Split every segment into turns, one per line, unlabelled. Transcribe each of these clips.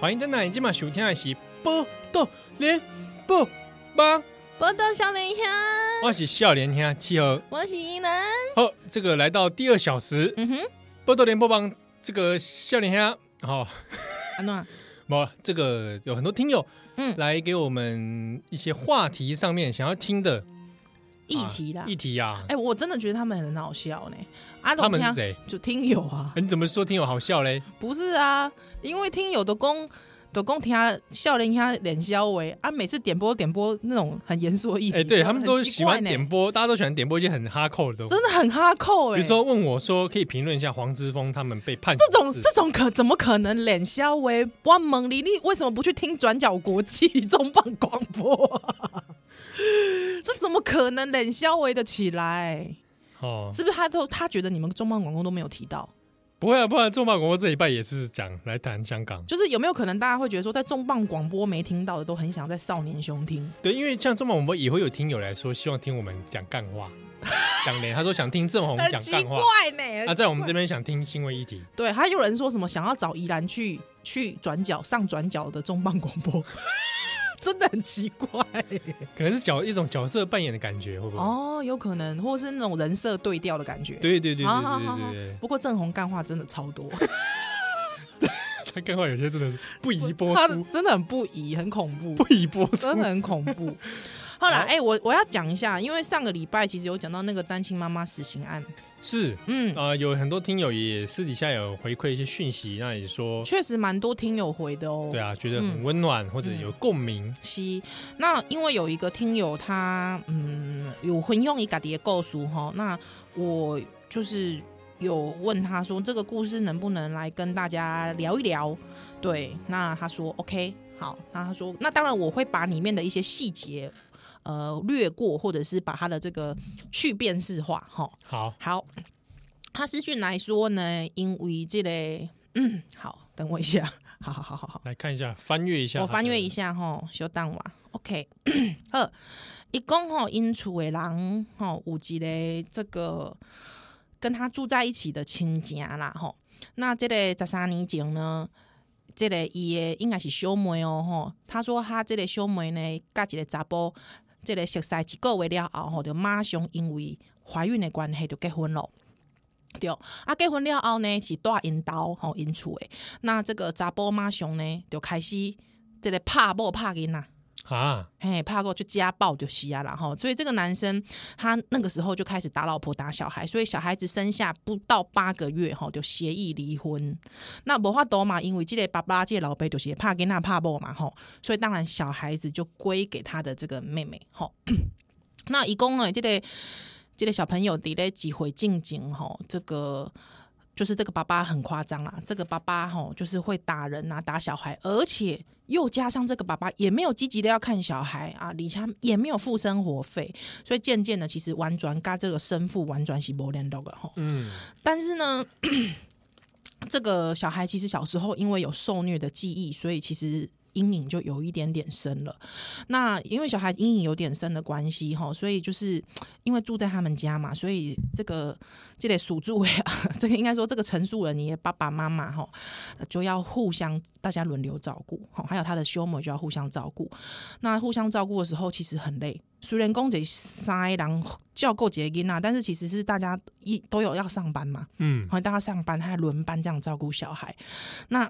欢迎登来，今晚收听的是《波豆连波帮》，
波多少年兄，
我是笑脸兄七和。
我是伊能。
好，这个来到第二小时，
嗯哼，
波豆连波帮这个笑脸兄，好、哦，
安诺，
不，这个有很多听友，
嗯
来给我们一些话题上面想要听的
议题啦
啊。议题啊
哎、。我真的觉得他们很好笑呢。阿
他们是
听啊
谁？
就听友啊，
你怎么说听友好笑嘞？
不是啊，因为听友都公都公听啊笑脸他脸消维啊，每次点播点播那种很严肃的议题，啊
哎，对他们
很
都
奇
喜
怪
欢
呢
点播，大家都喜欢点播一些很哈扣的东西
真。的很哈扣哎、
比如说问我说，可以评论一下黄之锋他们被判
这种
死
这种可怎么可能脸消维？哇蒙你，你为什么不去听转角国际重磅广播、啊 这怎么可能脸消维的起来？
哦，
是不是他都他觉得你们重磅广播都没有提到？
不会啊，不然重磅广播这一拜也是讲来谈香港，
就是有没有可能大家会觉得说，在重磅广播没听到的，都很想在少年兄听？
对，因为像重磅广播也会有听友来说，希望听我们讲干 话，讲嘞，他说想听郑红
很
讲
奇
干话，
怪呢。
啊，在我们这边想听新闻议题，
对，还有人说什么想要找宜兰去去转角上转角的重磅广播， 真的很奇怪
可能是角一种角色扮演的感觉，会不会？
哦，有可能，或是那种人设对调的感觉。
对对对对
好好
对
好
对
好
对，
不过郑红干话真的超多，
他干话有些真的是不宜播
他
出，
真的很不宜，很恐怖。
不宜播出
真，的很恐怖。后来，
好
哎、我我要讲一下，因为上个礼拜其实有讲到那个单亲妈妈死刑案，
是
嗯，
啊，有很多听友也私底下有回馈一些讯息，那也说，
确实蛮多听友回的哦。
对啊，觉得很温暖或者有
嗯
共鸣，
是，那因为有一个听友他嗯有混用一家己的故事哈，那我就是有问他说这个故事能不能来跟大家聊一聊？对，那他说 OK，好，那他说那当然我会把里面的一些细节呃略过，或者是把它的这个去辨识化哈。
好，
好，他私讯来说呢，因为这类、嗯好，等我一下， 好好好好好。
来看一下，翻阅一下，
我翻阅一，下吼，小等我。OK，好， 伊讲吼，因厝的人吼有一个这个跟他住在一起的亲戚啦吼。那这个十三年前呢，这个伊的应该是小妹哦吼。他说他这个小妹呢，甲一个查甫，这个熟识一个月了后吼，就马上因为怀孕的关系就结婚了。对，啊，结婚了后呢，是带因兜吼因厝的。那这个查甫马上呢，就开始这个拍某拍囡仔。
啊，
嘿，怕过就家暴就是啊啦，然后所以这个男生他那个时候就开始打老婆打小孩，所以小孩子生下不到八个月吼就协议离婚。那无法度嘛，因为这个爸爸这个老爸就是怕给那怕某嘛吼，所以当然小孩子就归给他的这个妹妹吼。那一共呢，这个这个小朋友伫咧几回进前吼，这个。就是这个爸爸很夸张啦，这个爸爸吼就是会打人啊，打小孩，而且又加上这个爸爸也没有积极的要看小孩啊，李强也没有付生活费，所以渐渐的其实婉转跟这个生父婉转是无联络的吼。
嗯，
但是呢， 这个小孩其实小时候因为有受虐的记忆，所以其实。阴影就有一点点深了，那因为小孩阴影有点深的关系哈，所以就是因为住在他们家嘛，所以这个这得属 住呀，这个应该说这个陈述人，你的爸爸妈妈哈就要互相大家轮流照顾，哈，还有他的修母就要互相照顾。那互相照顾的时候其实很累，虽然公这三个人叫够结囡啊，但是其实是大家一都有要上班嘛，
嗯
然，后大家上班，还轮班这样照顾小孩。那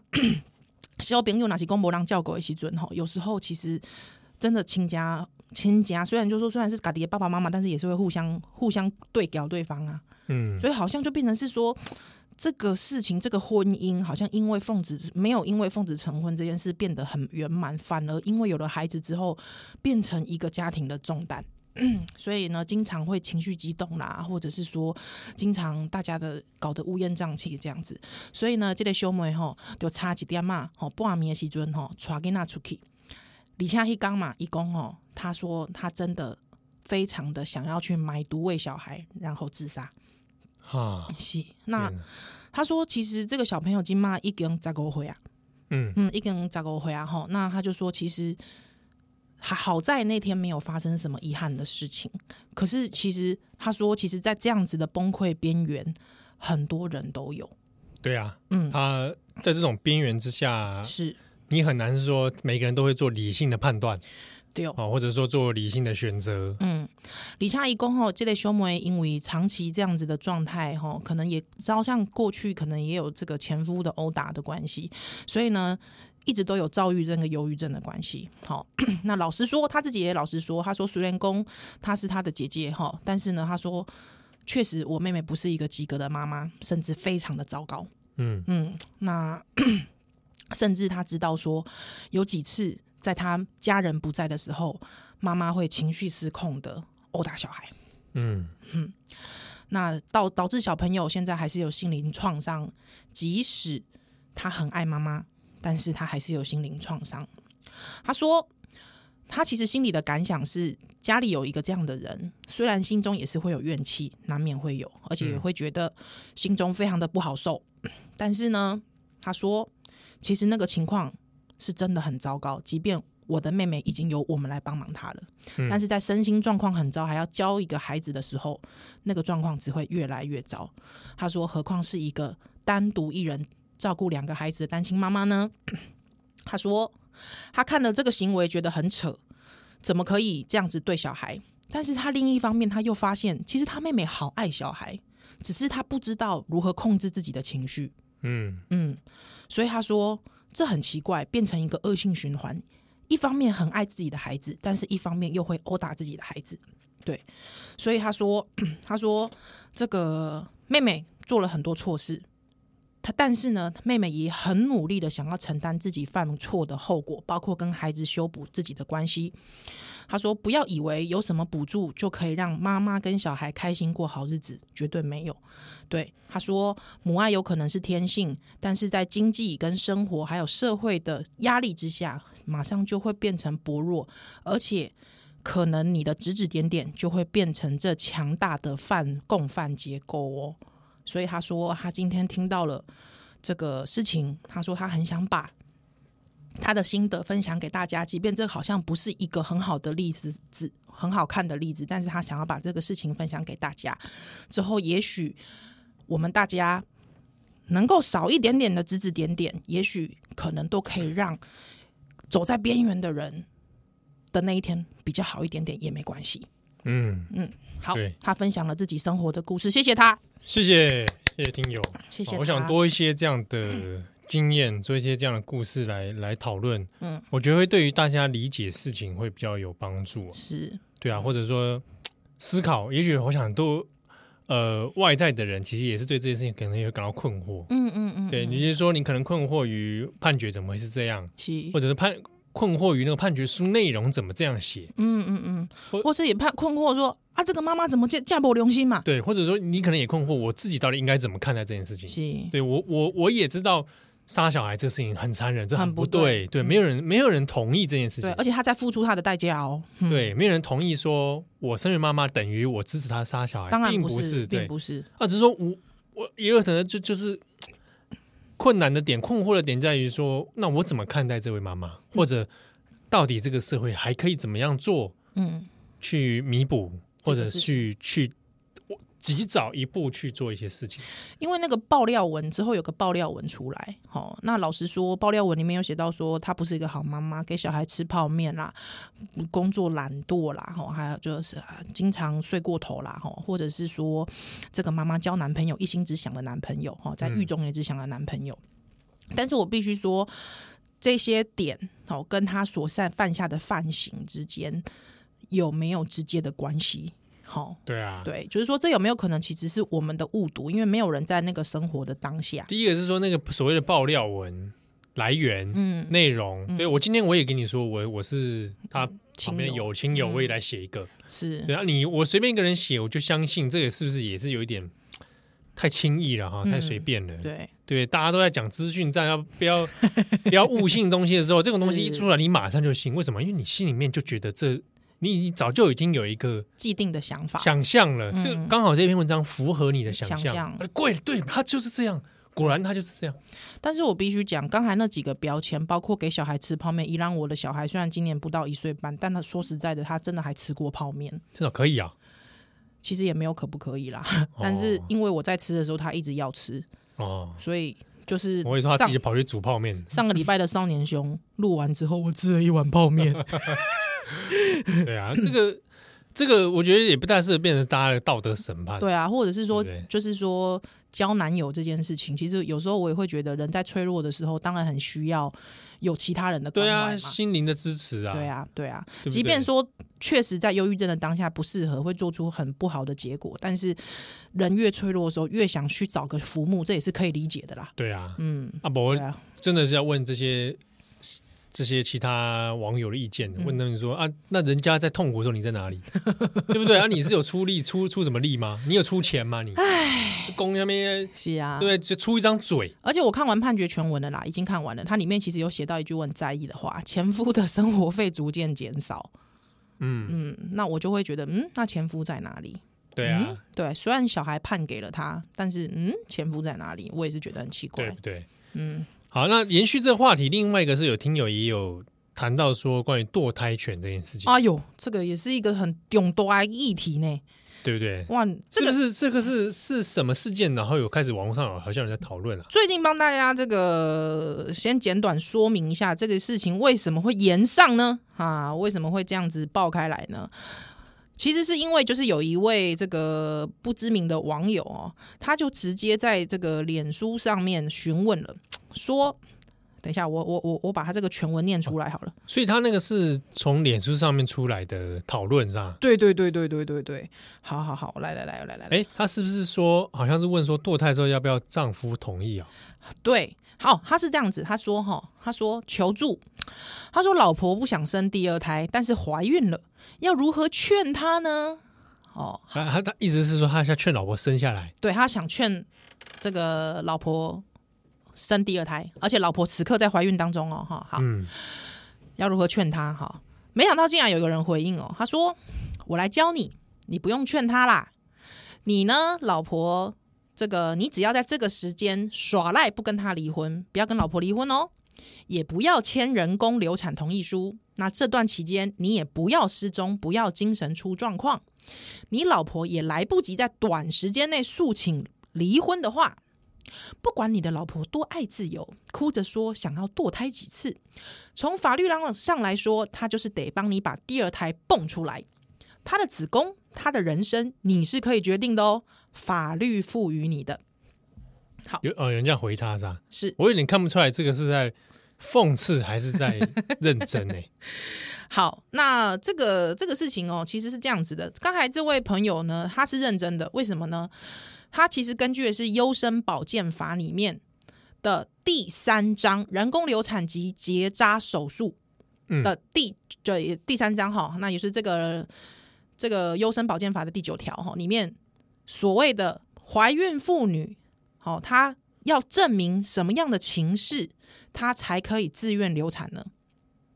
小朋友哪些公婆让教狗的时准吼，有时候其实真的亲家亲家，虽然就说虽然是家里的爸爸妈妈，但是也是会互相互相对屌对方啊，
嗯，
所以好像就变成是说。这个事情，这个婚姻好像因为奉子没有因为奉子成婚这件事变得很圆满，反而因为有了孩子之后，变成一个家庭的重担。嗯所以呢，经常会情绪激动啦，或者是说，经常大家的搞得乌烟瘴气这样子。所以呢，这个小妹吼，就差一点嘛，吼半暝的时阵吼，带囡仔出去。李且迄刚嘛，一讲吼，他说他真的非常的想要去买毒喂小孩，然后自杀。
啊，
是，那
天哪
他说其实这个小朋友今嘛已经十五岁啊，
嗯
嗯，已经十五岁啊吼，那他就说其实还好在那天没有发生什么遗憾的事情，可是其实他说其实，在这样子的崩溃边缘，很多人都有，
对啊，
嗯，
他在这种边缘之下，
是
你很难说每个人都会做理性的判断
对哦。
哦，或者说做理性的选择。
嗯，李恰一公吼，这类兄妹因为长期这样子的状态吼，可能也招像过去可能也有这个前夫的殴打的关系，所以呢，一直都有躁郁症跟忧郁症的关系。好， 那老实说，他自己也老实说，他说虽然公她是他的姐姐哈，但是呢，他说确实我妹妹不是一个及格的妈妈，甚至非常的糟糕。
嗯，
嗯，那 甚至他知道说，有几次在他家人不在的时候，妈妈会情绪失控的殴打小孩，
嗯，
那导导致小朋友现在还是有心灵创伤，即使他很爱妈妈，但是他还是有心灵创伤。他说，他其实心里的感想是，家里有一个这样的人，虽然心中也是会有怨气，难免会有，而且也会觉得心中非常的不好受。但是呢，他说，其实那个情况是真的很糟糕，即便。我的妹妹已经由我们来帮忙她了，
嗯
但是在身心状况很糟，还要教一个孩子的时候，那个状况只会越来越糟。他说，何况是一个单独一人照顾两个孩子的单亲妈妈呢？ 他说，他看了这个行为觉得很扯，怎么可以这样子对小孩？但是他另一方面，他又发现，其实他妹妹好爱小孩，只是他不知道如何控制自己的情绪。
嗯，
嗯，所以他说这很奇怪，变成一个恶性循环。一方面很爱自己的孩子，但是一方面又会殴打自己的孩子。对，所以他说， 他说这个妹妹做了很多错事，她但是呢，妹妹也很努力的想要承担自己犯错的后果，包括跟孩子修补自己的关系。他说，不要以为有什么补助就可以让妈妈跟小孩开心过好日子，绝对没有。对，他说母爱有可能是天性，但是在经济跟生活还有社会的压力之下，马上就会变成薄弱，而且可能你的指指点点就会变成这强大的犯共犯结构哦。所以他说他今天听到了这个事情，他说他很想把。他的心得分享给大家，即便这好像不是一个很好的例子，子很好看的例子，但是他想要把这个事情分享给大家，之后也许我们大家能够少一点点的指指点点，也许可能都可以让走在边缘的人的那一天比较好一点点，也没关系。
嗯，
好
对，
他分享了自己生活的故事，谢谢他，
谢谢谢谢听友，
谢谢
哦
他。
我想多一些这样的经验，做一些这样的故事来来讨论。
嗯，
我觉得会对于大家理解事情会比较有帮助、啊。
是
对啊，或者说思考，也许我想都呃外在的人其实也是对这件事情可能也会感到困惑。
嗯嗯嗯，
对，
嗯
你是说你可能困惑于判决怎么会是这样，
是
或者是判困惑于那个判决书内容怎么这样写？
嗯嗯嗯，
或
或是也怕困惑说啊，这个妈妈怎么嫁嫁不良心嘛？
对，或者说你可能也困惑，我自己到底应该怎么看待这件事情？
是
对我，我我也知道杀小孩这事情很残忍，这
很
很不
不对嗯
对，对，没有人没有人同意这件事
对，
情，
而且他在付出他的代价哦。嗯，
对，没有人同意说我身为妈妈等于我支持他杀小孩，
当然
并
不
是，
并
对，
不是，
啊，只是说我我也有可能就就是困难的点、困惑的点在于说，那我怎么看待这位妈妈，或者到底这个社会还可以怎么样做
嗯，
去弥补，
这
或
个
者
事
去去我及早一步去做一些事情，
因为那个爆料文之后有个爆料文出来，哦，那老实说，爆料文里面有写到说她不是一个好妈妈，给小孩吃泡面啦，工作懒惰啦，吼，还有就是啊经常睡过头啦，吼，或者是说这个妈妈交男朋友一心只想的男朋友，哈，在狱中也只想的男朋友。但是我必须说，这些点哦，跟他所犯犯下的犯行之间有没有直接的关系？好、
对啊，
对，就是说这有没有可能其实是我们的误读，因为没有人在那个生活的当下。
第一个是说那个所谓的爆料文来源、
嗯，
内容，对我今天我也跟你说，我我是他旁边
亲友
有亲友，
嗯
我也来写一个。
是，
对啊，你我随便一个人写，我就相信这个是不是也是有一点太轻易了哈，
嗯
太随便了。
对，
对大家都在讲资讯战，要不要 不要误信东西的时候，这种东西一
是
出来，你马上就信。为什么？因为你心里面就觉得这。你已经早就已经有一个
既定的想法，
想象了，
嗯
这刚好这篇文章符合你的想
想
象
象。
呃对对，他就是这样，果然他就是这样。
但是我必须讲，刚才那几个标签，包括给小孩吃泡面，依然我的小孩虽然今年不到一岁半，但他说实在的，他真的还吃过泡面。
真的可以啊，
其实也没有可不可以啦，但是因为我在吃的时候，他一直要吃，
哦，
所以就是
我会说他
上
自己跑去煮泡面，
上个礼拜的少年兄录完之后，我吃了一碗泡面。
对啊，这个这个我觉得也不太适合变成大家的道德审判。
对啊，或者是说，
对不对
就是说交男友这件事情，其实有时候我也会觉得，人在脆弱的时候，当然很需要有其他人的关
对
怀嘛。
啊，心灵的支持啊，
对，啊，对啊，
对不
即便
对
说确实在忧郁症的当下不适合，会做出很不好的结果，但是人越脆弱的时候，越想去找个浮木，这也是可以理解的啦。
对啊，
嗯，
啊伯
对啊，
真的是要问这些这些其他网友的意见，
嗯
问他们说啊，那人家在痛苦的时候你在哪里， 对不对？啊，你是有出力出出什么力吗？你有出钱吗？你公下面
是啊，
对，就出一张嘴，
而且我看完判决全文了啦，已经看完了。它里面其实有写到一句我很在意的话：前夫的生活费逐渐减少。
嗯
嗯，那我就会觉得，嗯，那前夫在哪里？
对
嗯
啊，，
对，虽然小孩判给了他，但是嗯，前夫在哪里？我也是觉得很奇
对
怪
不。对？
嗯，
好，那延续这个话题，另外一个是有听友也有谈到说关于堕胎权这件事情，
哎呦，这个也是一个很勇多的议题呢。
对不对？
哇，
是
这个
不是这个是是什么事件？然后有开始网络上有好像有人在讨论啊，
最近帮大家这个先简短说明一下这个事情为什么会延上呢？啊，为什么会这样子爆开来呢？其实是因为就是有一位这个不知名的网友哦，他就直接在这个脸书上面询问了，说。等一下，我我我我把他这个全文念出来好了。
所以他那个是从脸书上面出来的讨论是吧？
对对对对对对对，好好好，来来来来来来，
哎，他是不是说好像是问说堕胎之后要不要丈夫同意啊？
对，好，他是这样子，他说哈，他说求助，他说老婆不想生第二胎，但是怀孕了，要如何劝她呢？哦，
啊，他他意思是说他想劝老婆生下来，
对他想劝这个老婆生第二胎，而且老婆此刻在怀孕当中哦，哈，好，
嗯，
要如何劝她？哈，没想到竟然有一个人回应哦，他说：“我来教你，你不用劝她啦，你呢，老婆，这个你只要在这个时间耍赖，不跟她离婚，不要跟老婆离婚哦，也不要签人工流产同意书。那这段期间你也不要失踪，不要精神出状况。你老婆也来不及在短时间内诉请离婚的话。”不管你的老婆多爱自由，哭着说想要堕胎几次，从法律上来说，他就是得帮你把第二胎蹦出来。他的子宫，他的人生，你是可以决定的哦，法律赋予你的。好，
有哦，有人这样回他是吧？
是
我有点看不出来这个是在讽刺还是在认真呢、
好。那这个这个事情哦，其实是这样子的。刚才这位朋友呢，他是认真的，为什么呢？他其实根据的是《优生保健法》里面的第三章人工流产及结扎手术
嗯
的第这、第三章哈，那也是这个这个优生保健法的第九条哈里面所谓的怀孕妇女，好、她要证明什么样的情势，她才可以自愿流产呢？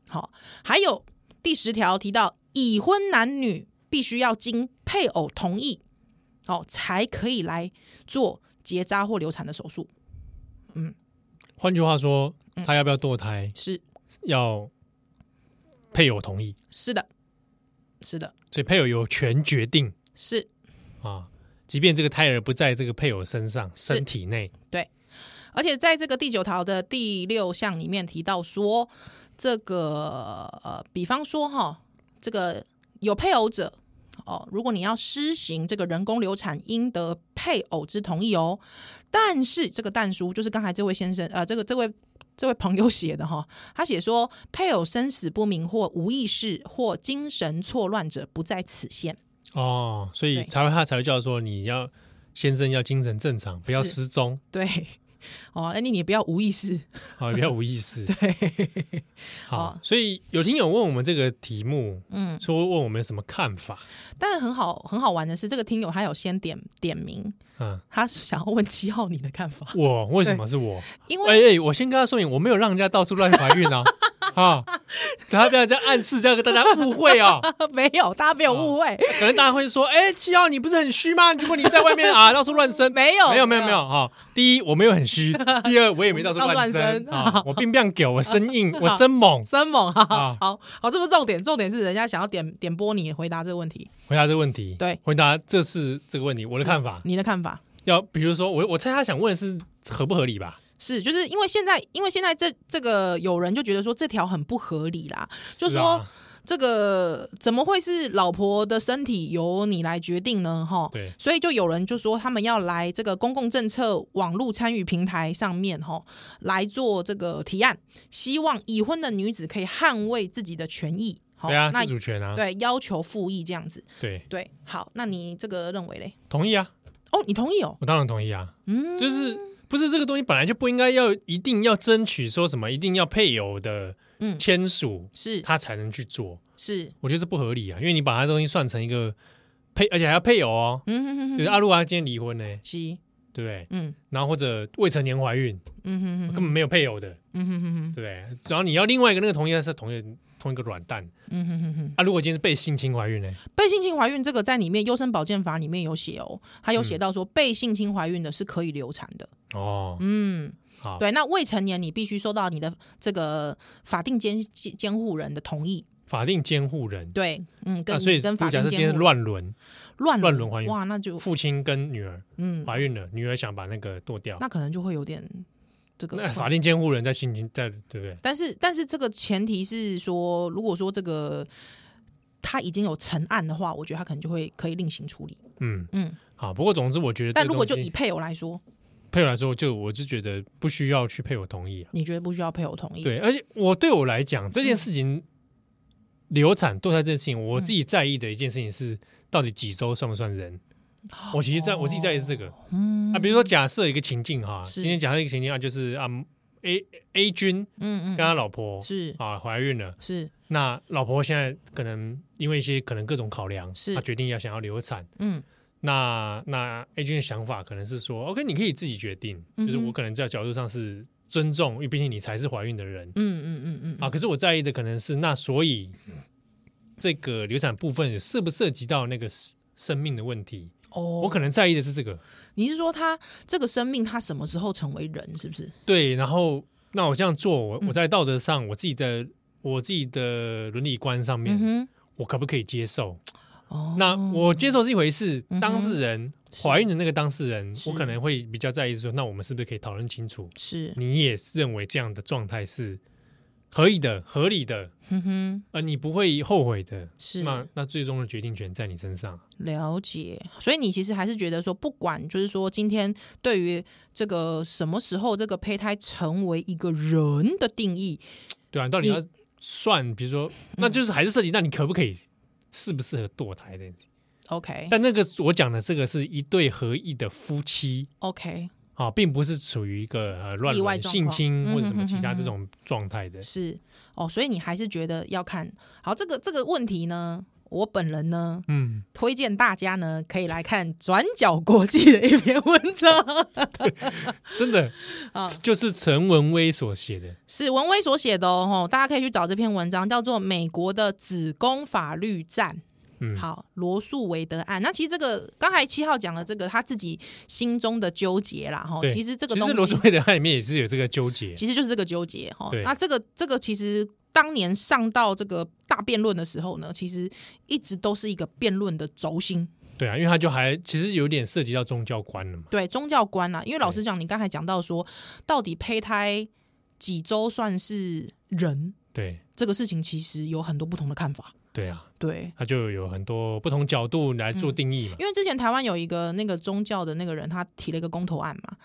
好、还有第十条提到已婚男女必须要经配偶同意，哦，才可以来做结扎或流产的手术。
换句话说，他要不要堕胎，
是
要配偶同意，
是的，是的，
所以配偶有权决定
是
啊，即便这个胎儿不在这个配偶身上、
是
身体内，
而且在这个第九条的第六项里面提到说，这个呃，比方说哈，这个有配偶者哦，如果你要施行这个人工流产，应得配偶之同意哦。但是这个但书就是刚才这位先生呃，这个这位。这位朋友写的哈，他写说配偶生死不明或无意识或精神错乱者不在此限。
哦，所以
对
才会他才会叫说你要先生要精神正常，不要
是
失 踪，
对，哦，那你你不要无意识。
啊，不要无意识。
对，
好
哦，
所以有听友问我们这个题目，
嗯，
说问我们有什么看法？
但很好很好玩的是，这个听友他有先点点名，
嗯，
他想要问七号你的看法，
我为什么是我？
因
哎
为
哎，我先跟他说明，我没有让人家到处乱怀孕啊，啊，大家不要这样暗示，这样大家误会哦。
没有大家没有误会，
可能大家会说，哎，七号你不是很虚吗？结果你在外面啊到处乱生，
没有
没有没有没有啊！第一，我没有很 虚；第二，我也没到处乱
到处乱
生
生
啊！我并不像狗，我生 硬，我生猛。
生猛哈，
啊
好好，这不是重点，重点是人家想要点点播你回答这个问题，
回答这个问题，
对，嗯
回答这是这个问题，我的看法
你的看法
要，比如说我我猜他想问的是合不合理吧？
是，就是因为现在，因为现在这这个有人就觉得说这条很不合理啦，就是说、
啊
这个怎么会是老婆的身体由你来决定呢？哈，
对
所以就有人就说他们要来这个公共政策网络参与平台上面哈来做这个提案，希望已婚的女子可以捍卫自己的权益。齁
对啊，
那
自主权啊，
对要求复议这样子。
对，
对，好，那你这个认为嘞？
同意啊，
哦，你同意哦？
我当然同意啊，
嗯，
就是不是这个东西本来就不应该要一定要争取说什么一定要配偶的
嗯
签署，
是
他才能去做，
是，
我觉得这不合理啊，因为你把他东西算成一个配，而且还要配偶哦，
嗯哼哼
对，
哼，
阿如啊，今天离婚呢，
是，
对不对？
嗯
然后或者未成年怀孕，
嗯哼哼
根本
哼，
没有配偶的，
嗯哼哼哼
对，不对？只要你要另外一个那个同意是同一个同一个软蛋
嗯哼哼哼。
啊，如果今天是被性侵怀孕呢？
被性侵怀孕这个在里面《优生保健法》里面有写哦，
嗯
它有写到说被性侵怀孕的是可以流产的。
哦，
嗯，
好，
对，那未成年你必须收到你的这个法定监监监护人的同意。
法定监护人，
对，嗯，
那
跟、
啊所以
跟
如
法
果假
定
设今
监
天
护人
乱伦，
乱
乱伦怀孕
哇，那就
父亲跟女儿
嗯，
怀孕了，女儿想把那个剁掉，
那可能就会有点这个
那法定监护人在性侵，在对不对？
但是，但是这个前提是说，如果说这个他已经有成案的话，我觉得他可能就会可以另行处理。
嗯，
嗯，
好。不过总之，我觉得这
但
个
如果就
东
以
西
配偶来说，
配偶来说，就我就觉得不需要去配偶同意啊。
你觉得不需要配偶同意？，
对，而且我对我来讲，
嗯
这件事情流产堕胎这件事情，我自己在意的一件事情是，到底几周算不算人？我其实在我自己在意是这个
哦嗯
啊，比如说假设一个情境哈，
是
今天假设一个情境啊，就是啊 A A 君
嗯嗯，
跟他老婆
是
啊怀孕了，
是，
那老婆现在可能因为一些可能各种考量，
是
她决定要想要流产。
嗯
那那 A 君的想法可能是说，OK，你可以自己决定，就是
嗯哼
我可能在角度上是尊重，因为毕竟你才是怀孕的人
嗯嗯嗯嗯，嗯
啊。可是我在意的可能是，那所以这个流产部分涉不涉及到那个生生命的问题？
哦，
我可能在意的是这个。
你是说他这个生命他什么时候成为人？是不是？
对，然后那我这样做，我
嗯
我在道德上，我自己的我自己的伦理观上面，
嗯
我可不可以接受？
哼，哦，
那我接受是一回事
嗯哼，
当事人
是
怀孕的那个当事人，
是
我可能会比较在意说，那我们是不是可以讨论清楚？
是，
你也认为这样的状态是可以的、合理的，
哼嗯哼，
而你不会后悔的，
是
那那最终的决定权在你身上。啊
了解，所以你其实还是觉得说，不管就是说，今天对于这个什么时候这个胚胎成为一个人的定义，
对啊，到底要
你嗯
算，比如说，那就是还是涉及，那你可不可以适不适合堕胎的？
OK
但那个我讲的这个是一对合意的夫妻
OK
啊，并不是处于一个呃乱
意外
伦、
状
性
况
侵或者什
嗯
么
哼
其他
哼
这
哼
种状态的。
是哦，所以你还是觉得要看好这个这个问题呢。我本人呢，
嗯，
推荐大家呢可以来看转角国际的一篇文章，
真的
啊
就是陈文威所写的。
是文威所写的哦，吼大家可以去找这篇文章，叫做《美国的子宫法律战》。
嗯
好，罗素韦德案。那其实这个刚才七号讲的这个他自己心中的纠结啦，哈，
对，
其实这个
其
东
实
西
罗素韦德案里面也是有这个纠结。
其实就是这个纠结哈
对。
那这个这个其实当年上到这个大辩论的时候呢，其实一直都是一个辩论的轴心。
对啊，因为他就还其实有点涉及到宗教观了嘛。
对宗教观啊啦，因为老实讲，你刚才讲到说，到底胚胎几周算是人
对
这个事情，其实有很多不同的看法。
对啊，
对，
他就有很多不同角度来
嗯
做定义嘛。
因为之前台湾有一个那个宗教的那个人，他提了一个公投案嘛，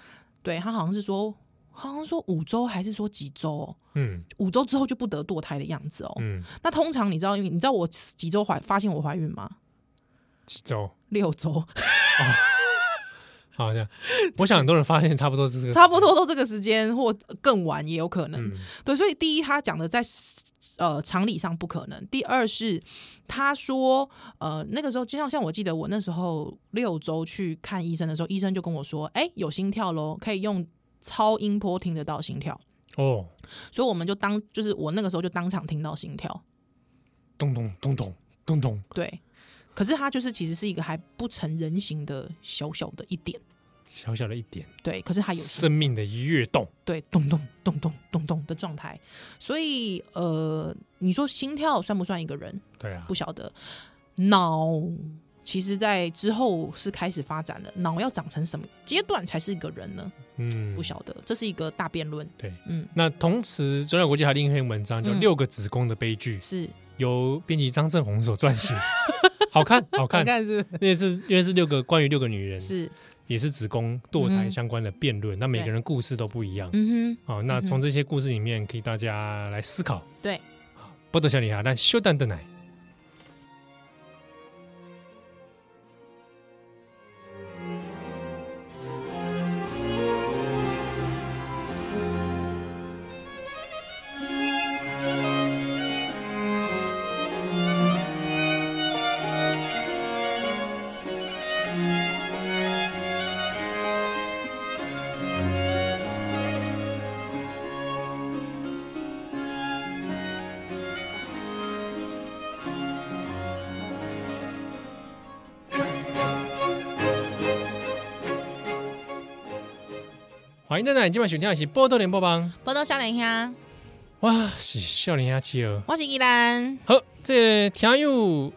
对他好像是说，好像说五周还是说几周、哦，
嗯
五周之后就不得堕胎的样子哦。
嗯，
那通常你知道，因为你知道我几周怀发现我怀孕吗？
几周
六周，
好像，我想很多人发现差不多是这个，
差不多都这个时间或更晚也有可能。
嗯
对，所以第一，他讲的在呃常理上不可能；第二是他说呃那个时候，就像像我记得我那时候六周去看医生的时候，医生就跟我说，哎，有心跳喽，可以用超音波听得到心跳，
哦，
所以我们就当就是我那个时候就当场听到心跳，
咚咚咚咚咚咚，
对。可是它就是其实是一个还不成人形的小小的一点，
小小的一点，
对，可是哎它有
生命的跃动。
对咚咚咚咚咚咚的状态，所以呃，你说心跳算不算一个人？
对啊
不，晓得脑其实在之后是开始发展的，脑要长成什么阶段才是一个人呢？
嗯
不，晓得，这是一个大辩论。
对。
嗯，
那同时，转角国际还另一篇文章叫《
嗯
六个子宫的悲剧》，
是
由编辑张正红所撰 写，好看，好看。嗯
看是
因为是因为是六个关于六个女人，
是，
也是子宫堕胎
嗯
相关的辩论，那每个
对
人故事都不一样。
嗯
好，那从这些故事里面，可以大家来思考。
哼，对。
波多小李啊，但休蛋的奶。欢迎蛋奶，今晚收听的是波多连播帮。
波多少年兄，
哇，是笑脸下企鹅。
我是依兰，
好，这听友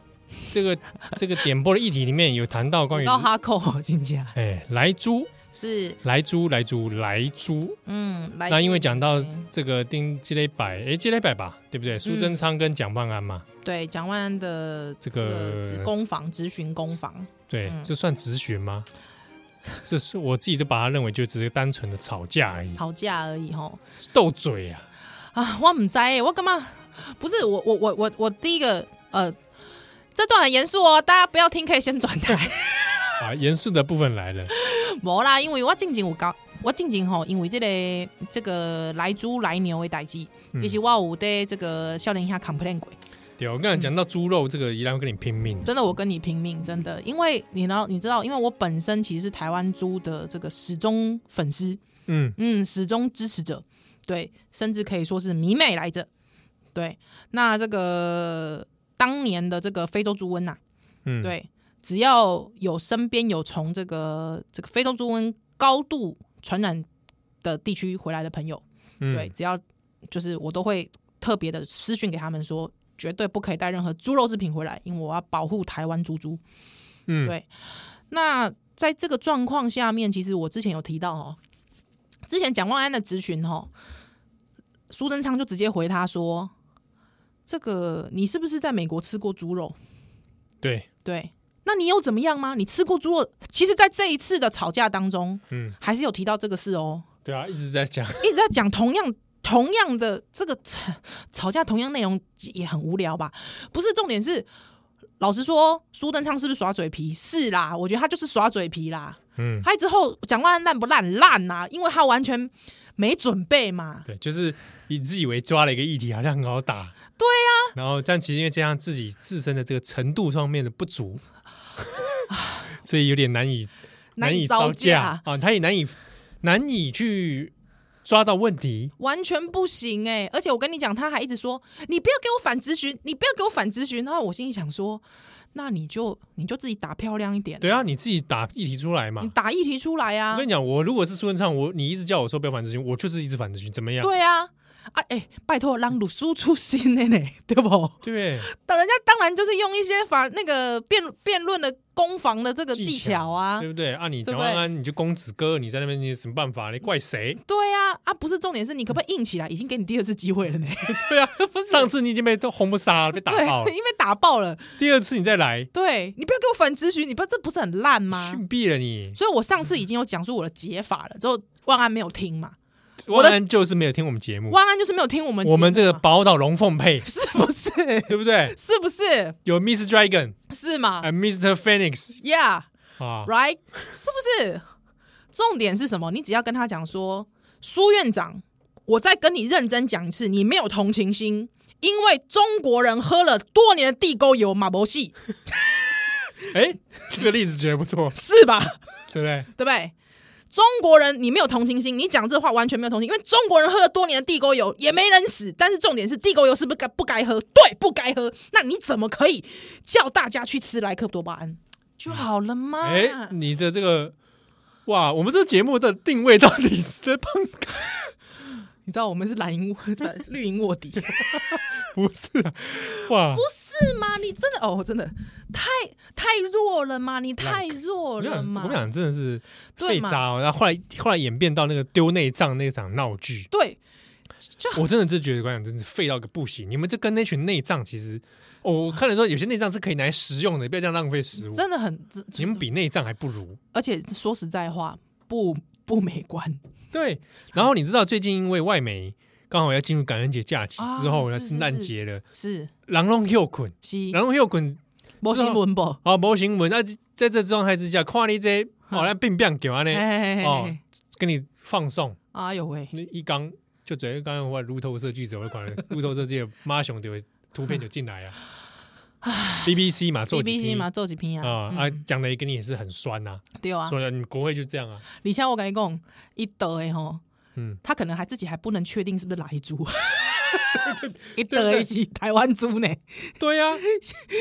这个 这个点播的议题里面有谈到关于
高哈口进家
哎来猪
是，
来猪来猪来猪，
嗯，来
那因为讲到
嗯
这个丁积累百哎积累百吧，对不对？苏贞昌跟蒋万安嘛，
对蒋万安的
这
这
个
个职工房咨询工房，
对，
嗯
这算质询吗？ 这是我自己都把它认为就只是单纯的吵架而已，
吵架而已吼。
斗嘴啊。
啊，我唔知欸，我干嘛？不是我我我我我第一个呃，这段很严肃哦，大家不要听，可以先转台。
啊，严肃的部分来了，
无啦，因为我静静有搞，我静静吼，因为这个这个来猪来牛的代志，
嗯
其实我有对这个笑脸下 complain 过，
对我刚才讲到猪肉这个，依然会跟你拼命。
真的我跟你拼命，真的，因为你知道你知道，因为我本身其实是台湾猪的这个始终粉丝，
嗯，
嗯，始终支持者，对，甚至可以说是迷妹来着。对，那这个当年的这个非洲猪瘟呐、啊
嗯
对，只要有身边有从这个这个非洲猪瘟高度传染的地区回来的朋友，
嗯
对，只要就是我都会特别的私讯给他们说，绝对不可以带任何猪肉制品回来，因为我要保护台湾猪猪。
嗯
对那在这个状况下面，其实我之前有提到哦，之前蒋万安的咨询哦，苏贞昌就直接回他说：“这个你是不是在美国吃过猪肉？
对，
对，那你有怎么样吗？你吃过猪肉？其实，在这一次的吵架当中，
嗯，
还是有提到这个事哦，
对啊，一直在讲，
一直在讲同样。”同样的这个 吵吵架，同样内容也很无聊吧？不是重点是，老实说，苏贞昌是不是耍嘴皮？是啦，我觉得他就是耍嘴皮啦。
嗯，
他之后讲话烂不烂烂呐、因为他完全没准备嘛。
对，就是你自以为抓了一个议题，好像很好打，对
啊
呀、然后，但其实因为这样自己自身的这个程度上面的不足，所以有点难以
难以
招
招架
啊，他也难以难以去抓到问题。
完全不行哎、而且我跟你讲，他还一直说你不要给我反咨询，你不要给我反咨询。然后我心里想说，那你就你就自己打漂亮一点，
对啊，你自己打议题出来嘛
你。打议题出来
我
啊
跟，你讲，我如果是苏文畅，我你一直叫我说不要反直询，我就是一直反直询，怎么样？
对啊，啊哎、拜托让鲁叔出新的呢， 对啊不？
对不对？
但人家当然就是用一些法那个辩辩论的攻防的这个技
技巧
巧啊，
对不对？啊，你
对
蒋
不对
万安，你就公子哥，你在那边你有什么办法？你怪 谁？
对啊，啊不是重点是你可不可以硬起来？已经给你第二次机会了呢，
对啊，上次你已经被都红不杀了，被打爆
对，
了，
因为打爆了。
第二次你再来，
对你不要给我反咨询，你不这不是很烂吗？
逊毙了你。
所以我上次已经有讲出我的解法了，之后万安没有听嘛，我的
万安就是没有听我们节目，
万安就是没有听我们
嗯我们这
节目啊
个
嘛
宝岛龙凤配，
是不是？
对不对？
是不是？
有 Miss Dragon
是吗
啊，Mr. Phoenix
？Yeah，right，
啊，
是不是？重点是什么？你只要跟他讲说，苏院长，我再跟你认真讲一次，你没有同情心，因为中国人喝了多年的地沟油马博戏，
哎，这个例子觉得不错，
是吧？
对不 对？
对不对？中国人，你没有同情心，你讲这话完全没有同情，因为中国人喝了多年的地沟油也没人死，但是重点是地沟油是不是该不该喝？对，不该喝。那你怎么可以叫大家去吃莱克多巴胺就好了嘛？
哎，你的这个哇，我们这个节目的定位到底是在帮？
你知道我们是蓝银不是绿银卧底，
不是啊，哇，
是是吗？你真的哦，真的太太弱了吗？你太弱
我
了
想，
嘛
我？想真的是
对
废
嘛
渣、哦，然后后来后来演变到那个丢内脏那场闹剧，
对，
我真的是觉得，我想真是废到个不行。你们这跟那群内脏其实，哦我看了说有些内脏是可以拿来食用的，不要这样浪费食物。
真的很，这
你们比内脏还不 如。
而且说实在话，不不美观
对，然后你知道最近因为外媒刚好要进入感恩节假期
啊
之后呢，
是是嗯
圣诞节了，
是
狼龙又捆，
是，
狼龙又捆
没新闻不？
啊，模型文那在这状态之下，看你这哦，那病病给完
哎
呢，
哎哎
哦
哎，
给你放送
哎呦喂，
那一缸就只要刚刚我路透社记者，我 可能路透社记者妈熊的图片就进来 啊，BBC 嘛，做
BBC 嘛，做几篇
啊
啊？
啊
嗯，
讲的跟你也是很酸呐，
对啊。
说了你们国会就这样 啊，
李像我跟你讲，一得的吼，
嗯，
他可能还自己还不能确定是不是来猪， 一得一起台湾猪呢？
对呀，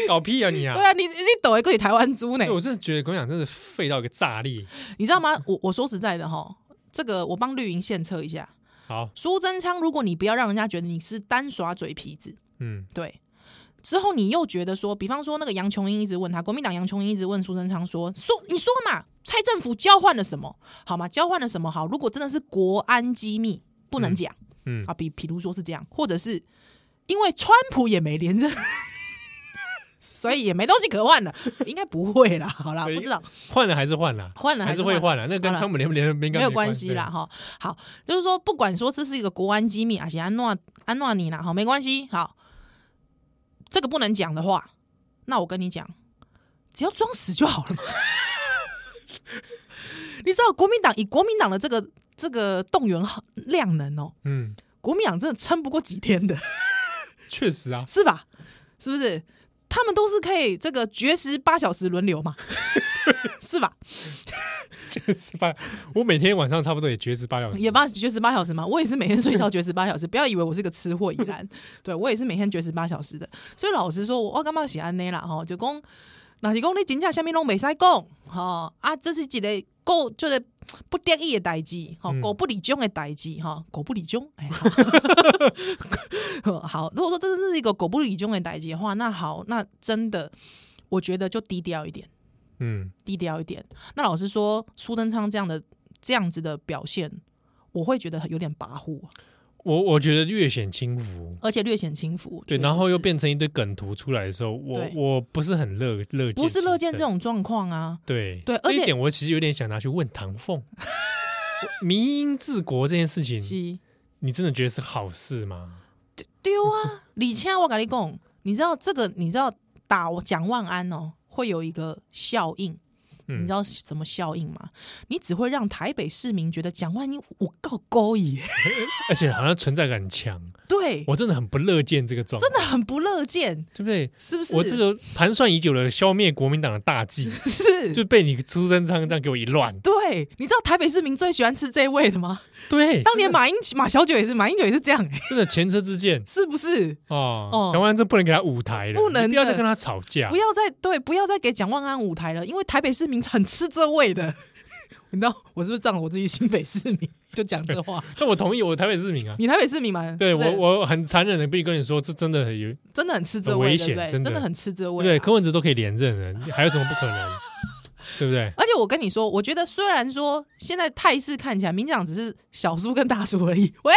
搞屁啊你啊
对！啊，你你得一个是台湾猪呢
哎对，？我真的觉得国民党真的废到一个炸裂。
你知道吗？我我说实在的哈，这个我帮绿营献策一下，
好，
苏贞昌，如果你不要让人家觉得你是单耍嘴皮子，
嗯，
对。之后你又觉得说，比方说那个杨琼英一直问他，国民党杨琼英一直问苏贞昌说：“说你说嘛，蔡政府交换了什么？好吗？交换了什么好？如果真的是国安机密，不能讲，
嗯嗯
啊，比比如说是这样，或者是因为川普也没连任， 所以也没东西可换了，应该不会啦，好啦，
对
不知道
换了还是换了，
换了
还
是
会
换
换啊
了
了，那跟
好了
川普连不连没
没有关系啦，
对
哈。好，就是说，不管说这是一个国安机密，还是安诺安诺你啦，好，没关系。好，这个不能讲的话，那我跟你讲，只要装死就好了嘛。 你知道国民党以国民党的这个这个动员量能哦，
嗯，
国民党真的撑不过几天的，
确实啊，
是吧？是不是？他们都是可以这个绝食八小时轮流嘛， 是吧？
这个是吧？我每天晚上差不多也绝食八小时，
也八绝十八小时嘛，我也是每天睡觉绝十八小时。不要以为我是个吃货依 然，对我也是每天绝十八小时的。所以老实说，我哦我感觉是安内啦吼，就讲若是讲你真正啥物拢袂使讲吼啊，这是一个够就是不得已的代志吼，
嗯
狗不理中的代志吼，狗不理中哎。 好哦好，如果说这是一个狗不理中的代志的话，那好，那真的我觉得就低调一点。
嗯，
低调一点。那老实说，苏贞昌这样的这样子的表现，我会觉得有点跋扈，啊
我我觉得略显轻浮。
而且略显轻浮。
对，
确实
然后又
是
变成一堆梗图出来的时候，我
对
我不是很乐乐见，
不是乐见这。种状况啊。
对
对
这
而
一
且
点我其实有点想拿去问唐 凤，民英治国这件事情，
是
你真的觉得是好事吗？
丢啊！李谦，我跟你讲，你知道这个，你知道打我蒋万安哦，会有一个效应。
嗯
你知道什么效应吗？你只会让台北市民觉得蒋万安我够勾引，
而且好像存在感很强，
对，
我真的很不乐见这个状况，
真的很不乐见，
对不对？
是不是？
我这个盘算已久的消灭国民党的大计，
是
就被你出生仓这样给我一乱。
对，你知道台北市民最喜欢吃这一味的吗？
对，
当年马英马小九也是，马英九也是这样、欸，
真的前车之鉴
是不是？
哦
哦，
蒋万安这不能给他舞台了，
不能
你不要再
的
跟他吵架
不。要再对，不要再给蒋万安舞台了，因为台北市民很吃这味的。 你知道我是不是仗着我自己新北市民 就讲 这话？
哎但我同意，我台北市民啊，
你台北市民嘛，
对
不
我我很残忍的必须跟你说，这真的很有
真的很吃这
很危
味，对
险
不啊对？
真
真
的
的很吃这味、
对，柯文哲都可以连任了，还有什么不可 能？对不对？
而且我跟你说，我觉得虽然说现在态势看起来，民进党只是小叔跟大叔而已， 喂，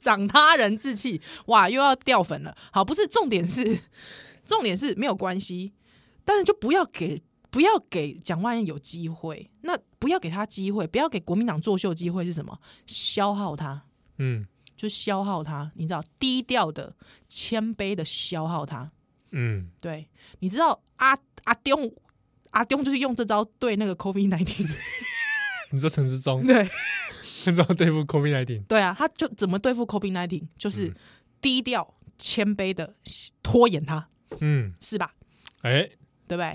长他人志气，哇，又要掉粉了。好，不是重点是， 重点是没有关系，但是就不要给不要给蒋万安有机会，那不要给他机会，不要给国民党作秀机会是什么？消耗他，
嗯
就消耗他，你知道，低调的、谦卑的消耗他。
嗯，
对，你知道阿阿丢阿丢就是用这招对那个 COVID nineteen，
你说陈时 中，
对
你知道对付 COVID 来顶，
对啊，他就怎么对付 COVID nineteen，就是
嗯
低调谦卑的拖延他，
嗯，
是吧？
哎，
对不对？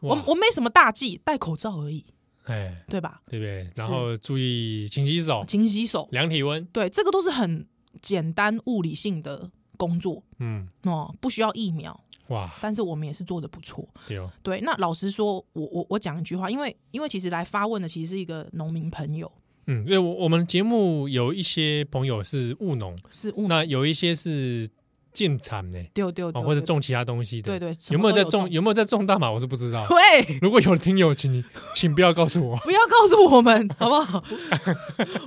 哇
我我没什么大忌，戴口罩而已，
哎，
对吧？
对不对？然后注意勤洗手，
勤洗手，
量体温，
对，这个都是很简单物理性的工作
嗯，
哦，不需要疫苗，
哇，
但是我们也是做的不错。
对哦，
对，那老实说，我我我讲一句话，因为因为其实来发问的其实是一个农民朋友，
嗯，对，我我们节目有一些朋友是务农，
是务农
那有一些是进产呢，
丢丢
哦，
丢，
或者
对
种其他东西的，
对对，什
有
么
没有
都
在
有
种？有没有在种大麻？我是不知 道。
喂，
如果有听友，请你请不要告诉 我。
不要告诉我们好 不好？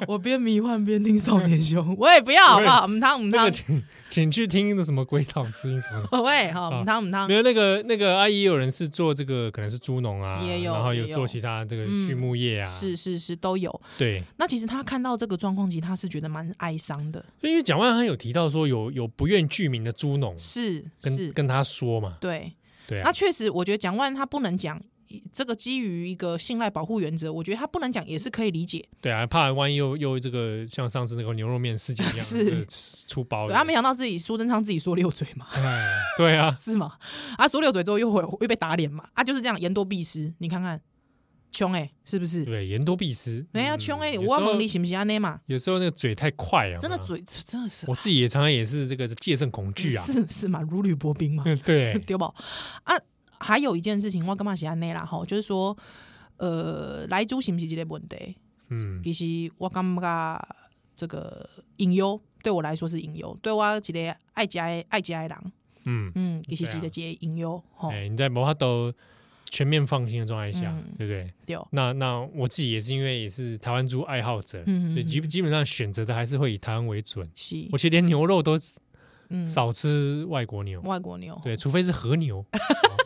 我边迷幻边听少年兄，喂，不要好不好？唔汤唔
那
汤
个，请请去听那什么鬼岛之音什 么的。
喂，好
好
唔汤唔汤
哦没，有那个那个阿姨，也有人是做这个，可能是猪农啊，
也有
然后
也
有
有
做其他这个
嗯
畜牧业啊，
是是是都有。
对。
那其实他看到这个状况，其实他是觉得蛮哀伤的，
因为蒋万安有提到说有有不愿具名的猪农
是
跟
是，
跟他说嘛，
对。
对啊
那，确实，我觉得蒋万他不能讲这个基于一个信赖保护原则，我觉得他不能讲也是可以理解。
对啊，怕万一又又这个像上次那个牛肉面事件一样，
是
这个吃出包
对
的，
他没想到自己苏贞昌自己说溜嘴嘛，
哎，对啊，
是吗？啊，说溜嘴之后又会又被打脸嘛，啊，就是这样言多必失。你看看，穷哎、是不是？
对，言多必失。
哎呀，
嗯
穷哎、
有
我
时候
问你是不是安内嘛？
有时候那个嘴太快啊，
真的，嘴真的是
我自己也常常也是这个戒慎恐惧啊，嗯
是是嘛，如履薄冰嘛，
对，
对吧？啊，还有一件事情，我干嘛是安内啦？吼，就是说，呃，来租是不是这个问题？
嗯，
其实我感觉这个隐忧对我来说是隐忧，对我一个爱家爱家的人，
嗯，
嗯，其实是
对
一个
啊
这个隐忧吼，
哎，你在摩哈都全面放心的状态下
嗯，
对不对？
对，
那那我自己也是因为也是台湾猪爱好者，
嗯
所以基基本上选择的还是会以台湾为准。
是
我，其实连牛肉都
嗯，
少吃外国牛，
外国牛，
对，除非是和牛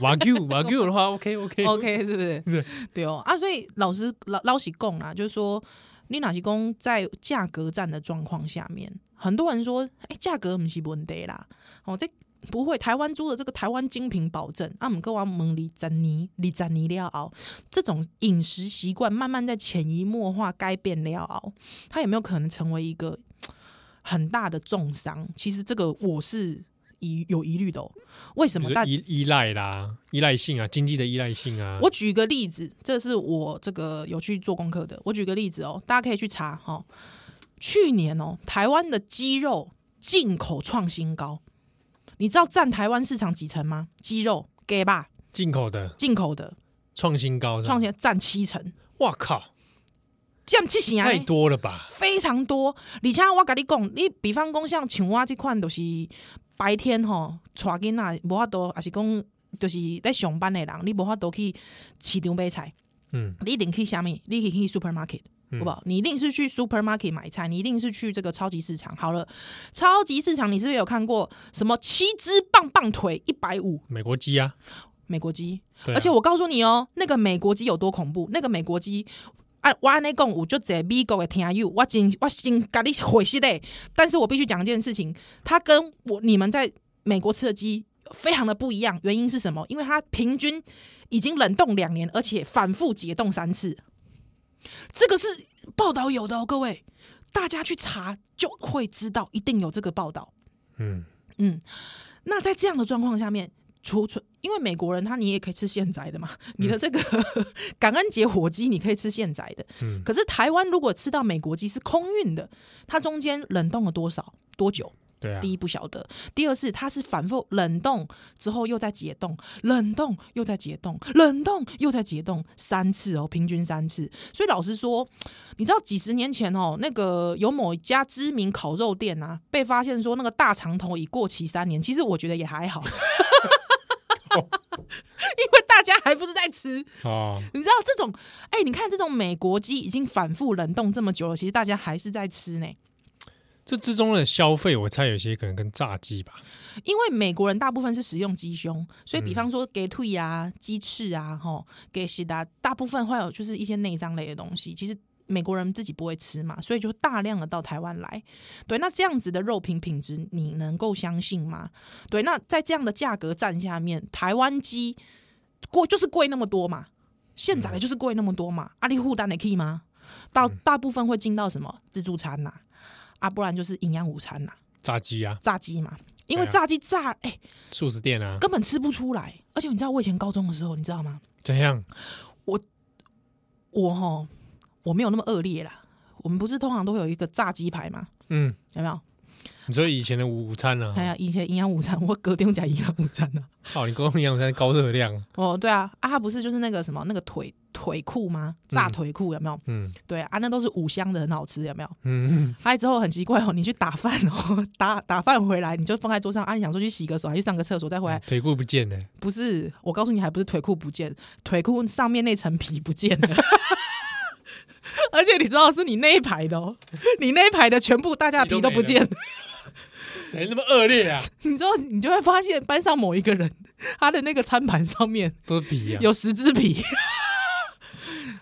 w a g u w a g u 的话，OK OK
，OK，是不是？对哦，啊，所以老师老老实讲啦，就是说，你哪是讲在价格战的状况下面，很多人说，哎、价格不是问题啦，哦，这不会，台湾租的这个台湾精品保证，啊，我们跟我们里展尼里展尼料熬，这种饮食习惯慢慢在潜移默化改变了熬，它有没有可能成为一个嘖很大的重伤？其实这个我是。疑有疑虑的、哦，为什
比
么
如
大
说依依赖啦，依赖性啊，经济的依赖性啊，
我举个例子，这是我这个有去做功课的。我举个例子哦，大家可以去查哈、哦。去年哦，台湾的鸡肉进口创新高，你知道占台湾市场几成吗？鸡肉给吧，
进口的
进口的
创新高，
创，新占七成，
哇靠，
占七成啊
太！多了吧？
非常多。而且我跟你讲，你比方讲像像我这款，就是白天吼带囡仔无法度，还是讲就是在上班的人，你无法度去市场买菜。
嗯，
你一定去虾米？你一定去 supermarket，、
嗯
好不好？你一定是去 supermarket 买菜，你一定是去这个超级市场。好了，超级市场你是不是有看过什么七只棒棒腿一百五
美国鸡啊，
美国鸡？
对啊
而且我告诉你哦，那个美国鸡有多恐怖，那个美国鸡。啊，我安尼讲，有就这美国的听友，我真我真甲你回释嘞。但是我必须讲一件事情，它跟我你们在美国吃的鸡非常的不一样。原因是什么？因为它平均已经冷冻两年，而且反复解冻三次。这个是报道有的哦，各位，大家去查就会知道，一定有这个报道。
嗯，
嗯，那在这样的状况下面，储存，因为美国人他你也可以吃现宰的嘛，你的这个、 感恩节火鸡你可以吃现宰的，
嗯
可是台湾如果吃到美国鸡是空运的，它中间冷冻了多少多久？
对啊
第，一不晓得，第二是它是反复冷冻之后又再解冻，冷冻又再解冻，冷冻又再解冻三次哦，平均三次。所以老实说，你知道几十年前哦，那个有某一家知名烤肉店啊，被发现说那个大肠头已过期三年，其实我觉得也还好。因为大家还不是在吃，
哦，
你知道这种，哎、你看这种美国鸡已经反复冷冻这么久了，其实大家还是在吃呢。
这之中的消费，我猜有些可能跟炸鸡吧，
因为美国人大部分是食用鸡胸，所以比
嗯
方说给腿啊、鸡翅啊、吼给西达，大部分会有就是一些内脏类的东西。其实美国人自己不会吃嘛，所以就大量的到台湾来。对，那这样子的肉品品质，你能够相信吗？对，那在这样的价格战下面，台湾鸡贵就是贵那么多嘛，现
嗯
宰的就是贵那么多嘛，阿里护蛋的可以吗？到大部分会进到什么自助餐呐、啊，不然就是营养午餐呐、
炸鸡啊，
炸鸡嘛，因为
对啊
炸鸡炸哎、
素食店啊，
根本吃不出来。而且你知道我以前高中的时候，你知道吗？
怎样？
我哈我没有那么恶劣啦。我们不是通常都会有一个炸鸡排吗？
嗯，
有没有？
你说以前的午餐啊
哎，呀，以前营养午餐，我隔天讲营养午餐啊。
哦，你公共营养餐高热量，
哦，对啊，啊，它不是就是那个什么那个腿腿裤吗？炸腿裤有没有？
嗯
对啊，那都是五香的，很好吃，有没有？
嗯，
哎，之后很奇怪哦，你去打饭哦， 打打饭回来你就放在桌上啊，你想说去洗个手，还去上个厕所，再回来，
腿裤不见了，
不是，我告诉你，还不是腿裤不见，腿裤上面那层皮不见了。 而且你知道是你那一排的哦，你那一排的全部大家的皮都不见了，
谁那么恶劣 啊？
你知道你就会发现班上某一个人他的那个餐盘上面
都是皮啊，
有十只皮。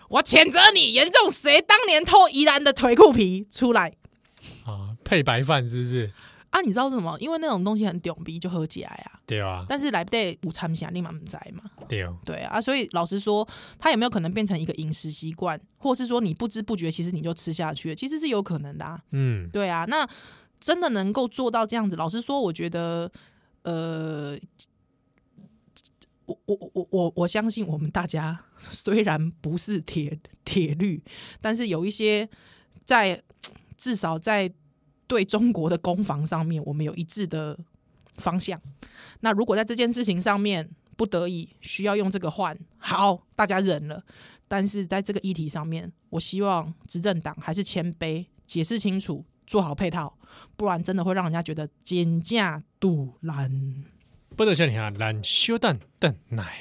我谴责你，严重谁当年偷宜兰的腿裤皮出来
啊，配白饭是不是？
啊？你知道是什么？因为那种东西很屌逼，就喝起来啊。
对啊，
但是来不得午餐想立马不在嘛，
对哦，
对啊，所以老实说，它有没有可能变成一个饮食习惯，或是说你不知不觉其实你就吃下去了，其实是有可能的、啊，
嗯，
对啊。那真的能够做到这样子，老实说，我觉得，呃，我我我我我相信我们大家 虽然不是铁铁律，但是有一些在至少在对中国的攻防上面，我们有一致的方向。那如果在这件事情上面不得已需要用这个换，好，大家忍了。但是在这个议题上面，我希望执政党还是谦卑，解释清楚，做好配套，不然真的会让人家觉得减价杜兰。
不得像你啊，懒修蛋蛋奶。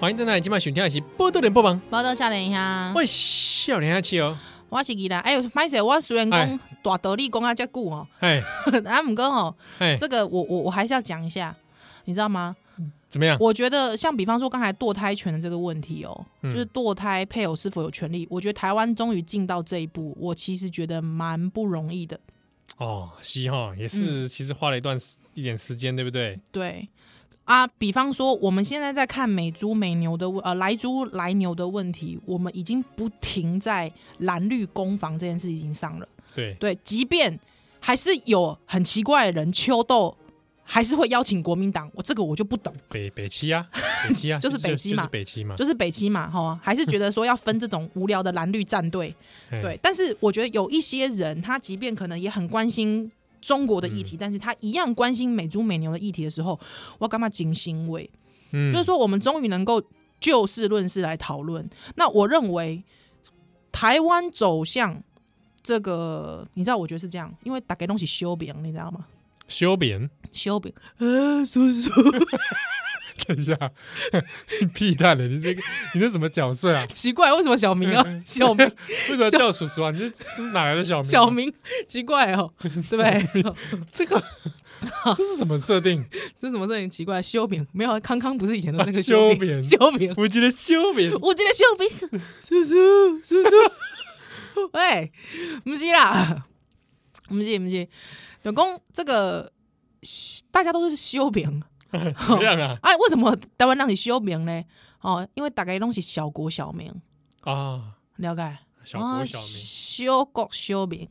欢迎再来，今晚选听的是波多连播帮，
报道下联呀，
我笑脸下去哦，
我是伊兰。哎呦，麦姐，我虽然
哎
讲大道理讲啊遮久哦，
哎
啊唔过哦，
哎，
这个我我我还是要讲一下，你知道吗？
怎么样？
我觉得像比方说刚才堕胎权的这个问题哦，
嗯
就是堕胎配偶是否有权利，我觉得台湾终于进到这一步，我其实觉得蛮不容易的。
哦，西哈也
嗯
是，其实花了一段时一点时间，对不对？
对啊，比方说我们现在在看美猪美牛的问呃来猪来牛的问题，我们已经不停在蓝绿攻防这件事情上了。
对，
对，即便还是有很奇怪的人秋豆。还是会邀请国民党，我这个我就不懂，
北北七 啊，北七啊，
就是北七嘛
就是北七嘛，
就是北基嘛，哈，还是觉得说要分这种无聊的蓝绿战队，
哎
对，但是我觉得有一些人，他即便可能也很关心中国的议题，但是他一样关心美猪美牛的议题的时候，我干嘛惊欣慰？
嗯
就是说，我们终于能够就事论事来讨论。那我认为，台湾走向这个，你知道，我觉得是这样，因为打给东西修饼，你知道吗？
修扁，
修饼，呃，叔叔，
等一下， 你屁蛋的，你这个你这什么角色啊？
奇怪，为什么小明要小明
为什么要叫叔叔啊？你这这是哪来的小啊明？
小，明奇怪哦，对不对？
这个这是什么设定？
这怎么这很奇怪？修饼没有啊康康不是以前都是那个
修
修
饼
饼修饼，
我觉得修 扁
我今天修饼， 叔叔叔叔， 喂，不是啦，不是不是，就讲这个大家都是修饼，
怎么样啊？
哎，为什么台湾让你修饼呢？哦，因为大概拢是小国小民，
啊，
了解？
小国小
哦
明，
小国小民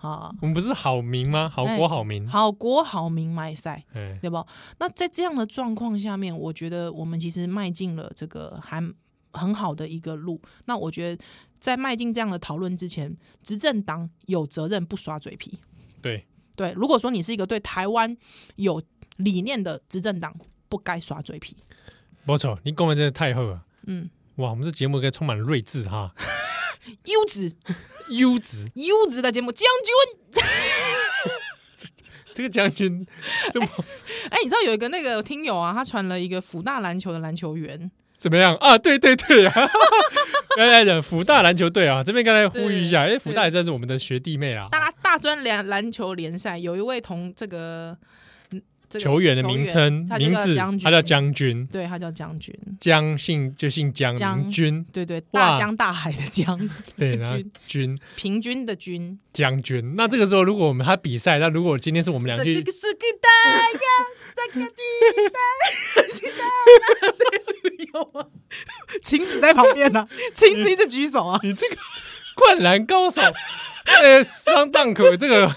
啊，
我们不是好民吗？好国好民，
哎好国好民买赛。
哎，
对不？那在这样的状况下面，我觉得我们其实迈进了这个还很好的一个路。那我觉得在迈进这样的讨论之前，执政党有责任不耍嘴皮。
对，
对，如果说你是一个对台湾有理念的执政党，不该耍嘴皮。
没错，你讲的真的太好了。
嗯，
哇，我们这节目应该充满睿智哈，
优质
优质。
优质的节目，将军。
这个将军，这么
哎，你知道有一个那个听友啊，他传了一个福大篮球的篮球员，
怎么样啊？对对对啊！ 刚才的福大篮球队啊，这边刚才呼吁一下，哎，福大也算是我们的学弟妹啦。
大大专篮篮球联赛有一位同这个、嗯这个
球员的名称
他就
名
叫
字
将，军
他叫将军，
对他叫将军，
江姓就姓江，
江
名军，
对对，
哇
大江大海的江，
对，然后
军
军
平均的均，
将军。那这个时候，如果我们他比赛，那如果今天是我们俩
这
去
个，是给大家，这个地带是大有啊， 晴子在旁边呢、晴子一直举手啊，
你这个 灌篮高手，呃，上档口这个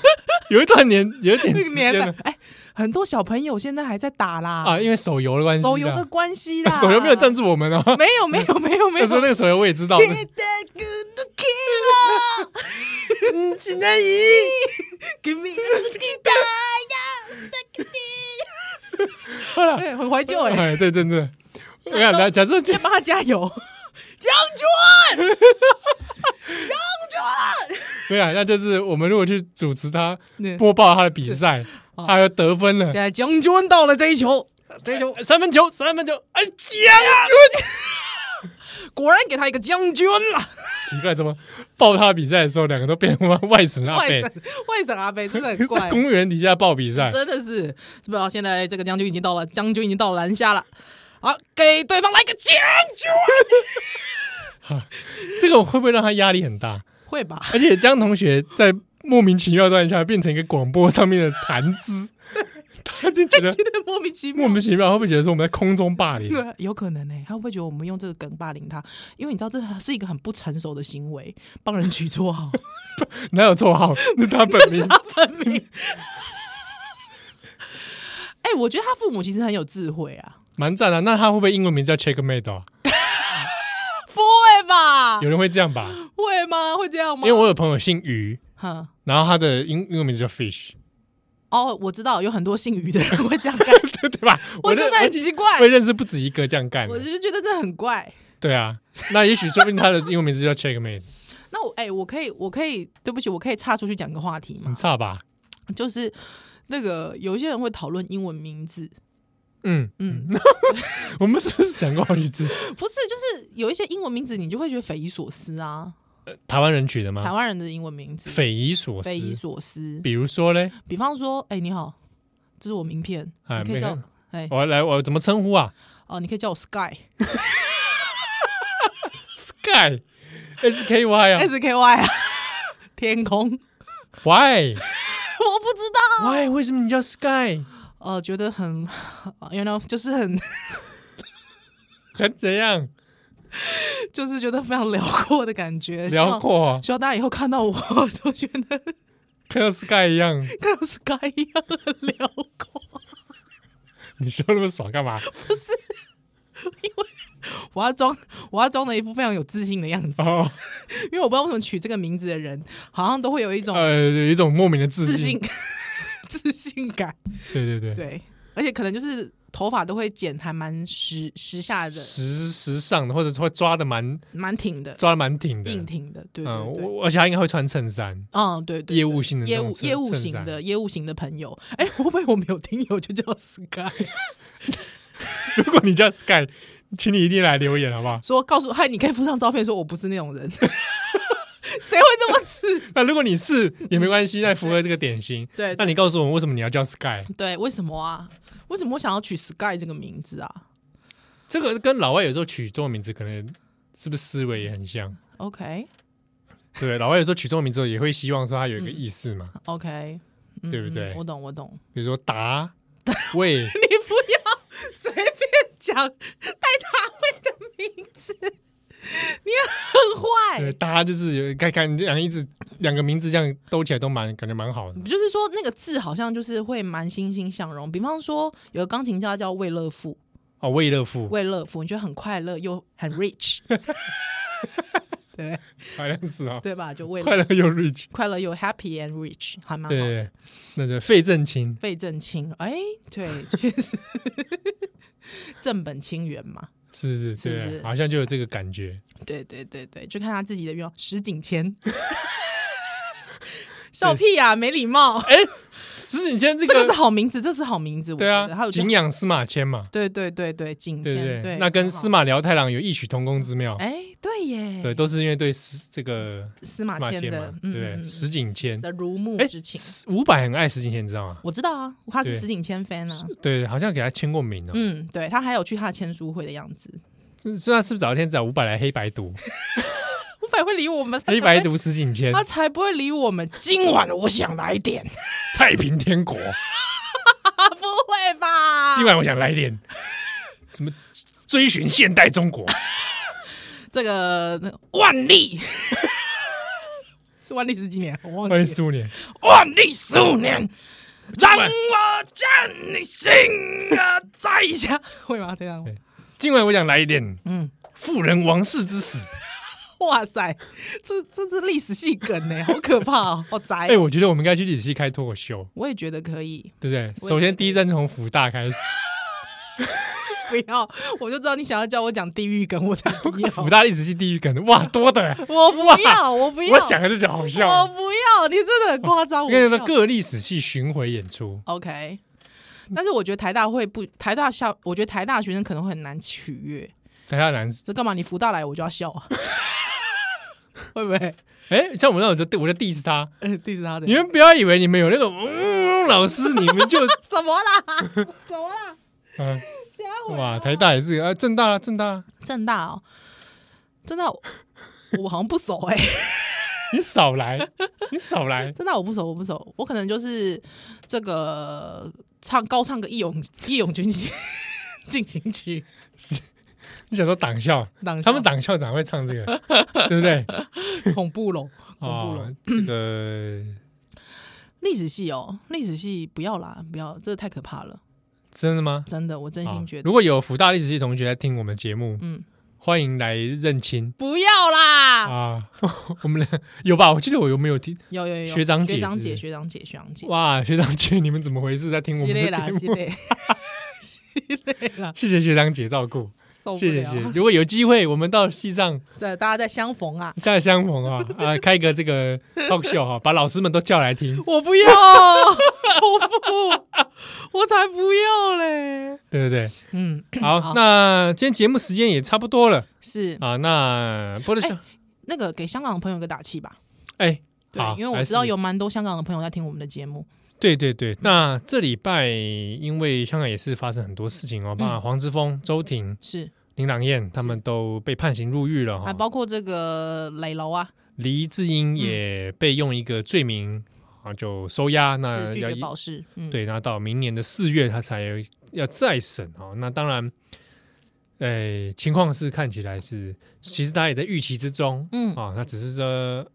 有一段年，有一点
那
时间
个年代
了，
哎，很多小朋友现在还在打啦，
啊，因为手游的关系啦，，
手游的关系啦
手游没有赞助我们哦。
没有没有没有没有
那时候那个手游我也知道，
啊 嗯，秦阿 姨，Give me
好啦
对，很怀旧 哎，
哎，对对对，我跟你讲，假设今
要帮他加 油，将军，
对啊，那就是我们如果去主持他
对哦
播报他的比赛，他又得分了
现，在将军到了这一球，这一球
三分球，三分球，哎，将军！
果然给他一个将军了，
奇怪，怎么报他比赛的时候，两个都变成外省阿
外
贝
省？外省阿北真的 很
在
怪。
公园底下报比 赛，
真的是，不知道现在这个将军已经到了，将军已经到了篮下了。好，给对方来个将军，
这个会不会让他压力很大？
会吧？
而且江同学在莫名其妙状态下变成一个广播上面的谈 资，他就觉得
觉得莫名其妙
莫。名其妙，会不会觉得说我们在空中霸凌？
对，有可能呢、他会不会觉得我们用这个梗霸凌他？因为你知道这是一个很不成熟的行为，帮人取绰号，
哪有绰号？那是他本 名。
他本名。哎、我觉得他父母其实很有智慧啊，
蛮赞的、那他会不会英文名叫 Checkmate 啊？
不会吧？
有人会这样吧？
会吗？会这样
因
吗？
为我有朋友姓于，
哼，
然后他的英英文名字叫 Fish，
哦，我知道有很多姓于的人会这样干，
对对吧？
我觉
认
得很奇怪
会，认识不止一个这样干
我
的。
就觉得这很怪。
对啊，那也许说不定他的英文名字叫 Checkmate，
那我哎、我可以，我可以，对不起，我可以岔出去讲个话题吗
很？差吧？
就是那个有一些人会讨论英文名字，
嗯，
嗯，
我们是不是讲过好几次？
不是，就是有一些英文名字，你就会觉得匪夷所思啊。
台湾人取的
台
吗？
湾人的英文名字
匪夷所思
啊匪。夷所思。
比如说嘞，
比方说，哎、你好，这是我名片，
哎
你可
没
以
哦
叫
看
哎
我来，我怎么称呼啊
哦，你可以叫我 Sky
？Sky S K Y 啊
S K Y 啊， 天 空，我不
？Why
知道，
Why？为什么你叫 Sky？
呃，觉得很 ，you know，就是很，
很怎样？
就是觉得非常辽阔的感觉，希望
辽。阔啊，
希望大家以后看到我都觉得
看到 Sky 一样。
跟 Sky 一样很辽阔。
你笑那么爽干嘛？
我要装，我要装的一副非常有自信的样子。
哦，
因为我不知道为什么取这个名字的人，好像都会有一种
呃，有一种莫名的自
自
信
信、。自信 感。
对对对，
对，而且可能就是头发都会剪还蛮时时下的，
时时尚的，或者说抓的蛮
蛮挺的，
抓的蛮挺的。
硬挺的。对
嗯，
对对，
我而且他应该会穿衬衫，
嗯，对对。
业务性的那
业务
种衬
业务型，的业务型的朋友，哎，会不会我们有听友就叫 Sky
衬衫如果你叫 Sky，请你一定来留言好不好？
说告诉嗨，你可以附上照片，说我不是那种人， 谁会这么 吃？
那如果你是也没关系，那符合这个典型。
对对
那你告诉我们为什么你要叫 Sky？
对，为什么啊？为什么我想要取 Sky 这个名字啊
这个跟老外有时候取中文名字可能是不是思维也很像？
？OK
对，老外有时候取中文名字也会希望说它有一个意思嘛，
OK，嗯
对不对
嗯我懂，我懂。
比如说达 喂。
你不要随便讲戴大卫的名字，你很
对，
坏。
大家就是有感感觉一直两个名字这样兜起来都蛮感觉蛮好的。
就是说，那个字好像就是会蛮欣欣向荣。比方说，有个钢琴家叫魏乐富，
哦，魏乐富
魏乐富，你觉得很快乐又很 rich，对
好像是啊，
对吧？就为
快
乐
乐又 rich，
快乐又 happy and rich，还蛮好的。
对，那个费正清，
费正清，哎，对，确实正本清源嘛。
是不是？
是不
对，
是
好像就有这个感觉。
对对对对，就看他自己的愿望。石景 谦，笑屁呀、没礼貌！
哎，石井谦这
这个是
个
好名字，这是好名字，我
对
觉得还
啊，
有就
景仰司马迁嘛，
对对对对，景
对
谦，
不对
对，
那跟
很好
司马辽太郎有异曲同工之妙。
哎，对耶，
对，都是因为对司这个
司马
马
迁
迁
的
嘛，，对
嗯
不对？
嗯嗯
石景谦，
的如沐
哎
之情，，
伍佰很爱石景谦，你知道吗？
我知道啊，他是
对
石景谦 fan 啊，
对，好像给他签过名哦。
嗯，对他还有去他的签书会的样子，
是啊，是不是找一天找伍佰来黑白 读？
五百会理我们，
黑白读石景谦，
他才不会理我们。今晚我想来 点，
太平天国。
啊，不会吧？
今晚我想来点什么追寻现代中 国，
这个那个 万历是万历是几年？我
二
忘
十
记了。
四年。
万历十五年，让我见你心啊，在下会吗？这样
对今晚我想来一点
嗯，
妇人王氏之死。
哇塞，这这是历史系梗 呢，好可怕哦，好宅
哎、。我觉得我们应该去历史系开脱口秀，
我也觉得可以，
对不
得
对？首先第一站从福大开始，
不要，我就知道你想要叫我讲地狱梗，我才不 要，
福大历史系地狱梗，哇，多的、
我不要，我不要，
我想的就觉得好笑。
我不要，你真的很夸张。
我
我
跟你说，
不要
各历史系巡回演出，
OK，但是我觉得台大会不台大校，我觉得台大学生可能会很难取悦。
台下男，
这干嘛？你福大来我就要笑啊， 会不会？
哎、像我那种就我就 diss 他，
呃，地址他的
你们不要以为你们有那个嗯老师，你们就
什么啦？什么啦？
嗯、
吓我！
哇，台大也是啊，正大啊，正大啊，
正大哦，正大我，我好像不熟哎、
你少来，你少来，
正大我不熟，我不熟，我可能就是这个唱高唱个义勇义勇军进 进行曲，
你想说党校，
当
他们党校长会唱这个，对不对？
恐 怖龙，恐怖啊龙
哦，，这个
历史系哦，历史系不要啦，不要，这太可怕了，
真的吗？
真的，我真
啊
心觉得，
如果有福大历史系同学在听我们节目，
嗯，
欢迎来认亲
不要啦，
啊！ 我们俩有吧？我记得我有没有听？
有有有有
学长姐
学长
是
姐，
不是
学长姐，学长姐，
哇，学长姐，你们怎么回事？在听我
系
们的
列啦，
节
系
目？
列，系列啦，
谢谢学长姐照顾，
受不
谢谢
了，
谢谢。如果有机会，我们到系上
这大家再相逢啊，
再相逢 啊啊，开个这个 talk show 哈，把老师们都叫来听，
我不要，我不，我 才不要嘞，
对不 对？
嗯，
好，那今天节目时间也差不多了
是
啊。那波多
哎
笑，
那个给香港的朋友一个打气吧，
哎，
对
好，
因为
还
我知
是
道有蛮多香港的朋友在听我们的节目，
对对对，那这礼拜因为香港也是发生很多事情
嗯
哦，把黄之锋、周婷、
是，
林朗彦他们都被判刑入狱了哈、
还啊包括这个磊楼啊，
黎智英也被用一个罪名啊就收押，那
嗯是拒
要
绝
一
保释，嗯，
对，那到明年的四月他才要再审哦。那当然，呃，情况是看起来是，其实他也在预期之中，
嗯
啊，那只是说，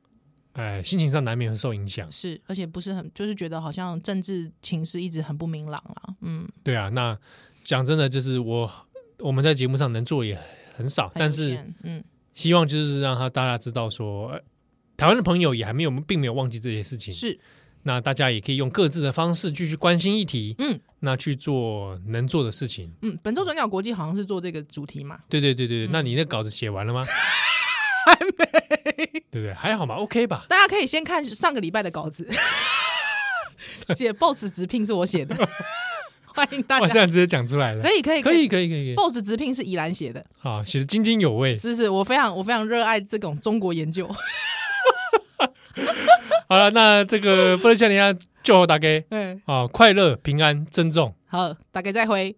呃，心情上难免会受影响。
是，而且不是很，就是觉得好像政治情势一直很不明朗啦。嗯，
对啊，那讲真的，就是我我们在节目上能做也很少，
很有
但是
限嗯，
希望就是让他大家知道说，呃台湾的朋友也还没有并没有忘记这些事情。
是
那大家也可以用各自的方式继续关心议题，
嗯，
那去做能做的事情。
嗯，本周转角国际好像是做这个主题嘛，
对对对对，那你那稿子写完了吗？嗯 还没，对不对？还好吧，OK 吧？
大家可以先看上个礼拜的稿子，写 boss 直聘是我写的，欢迎大
哇，这
家
样直接讲出来了
可，以可以
啊可以可以哦可以，可以
，boss 直聘是宜兰写的，
好，写的津津有味。
是不是？我非常我非常热爱这种中国研究，
好了，那这个不能像人家就大家
嗯，
哦啊，快乐、平安、珍重。
好，大家再会。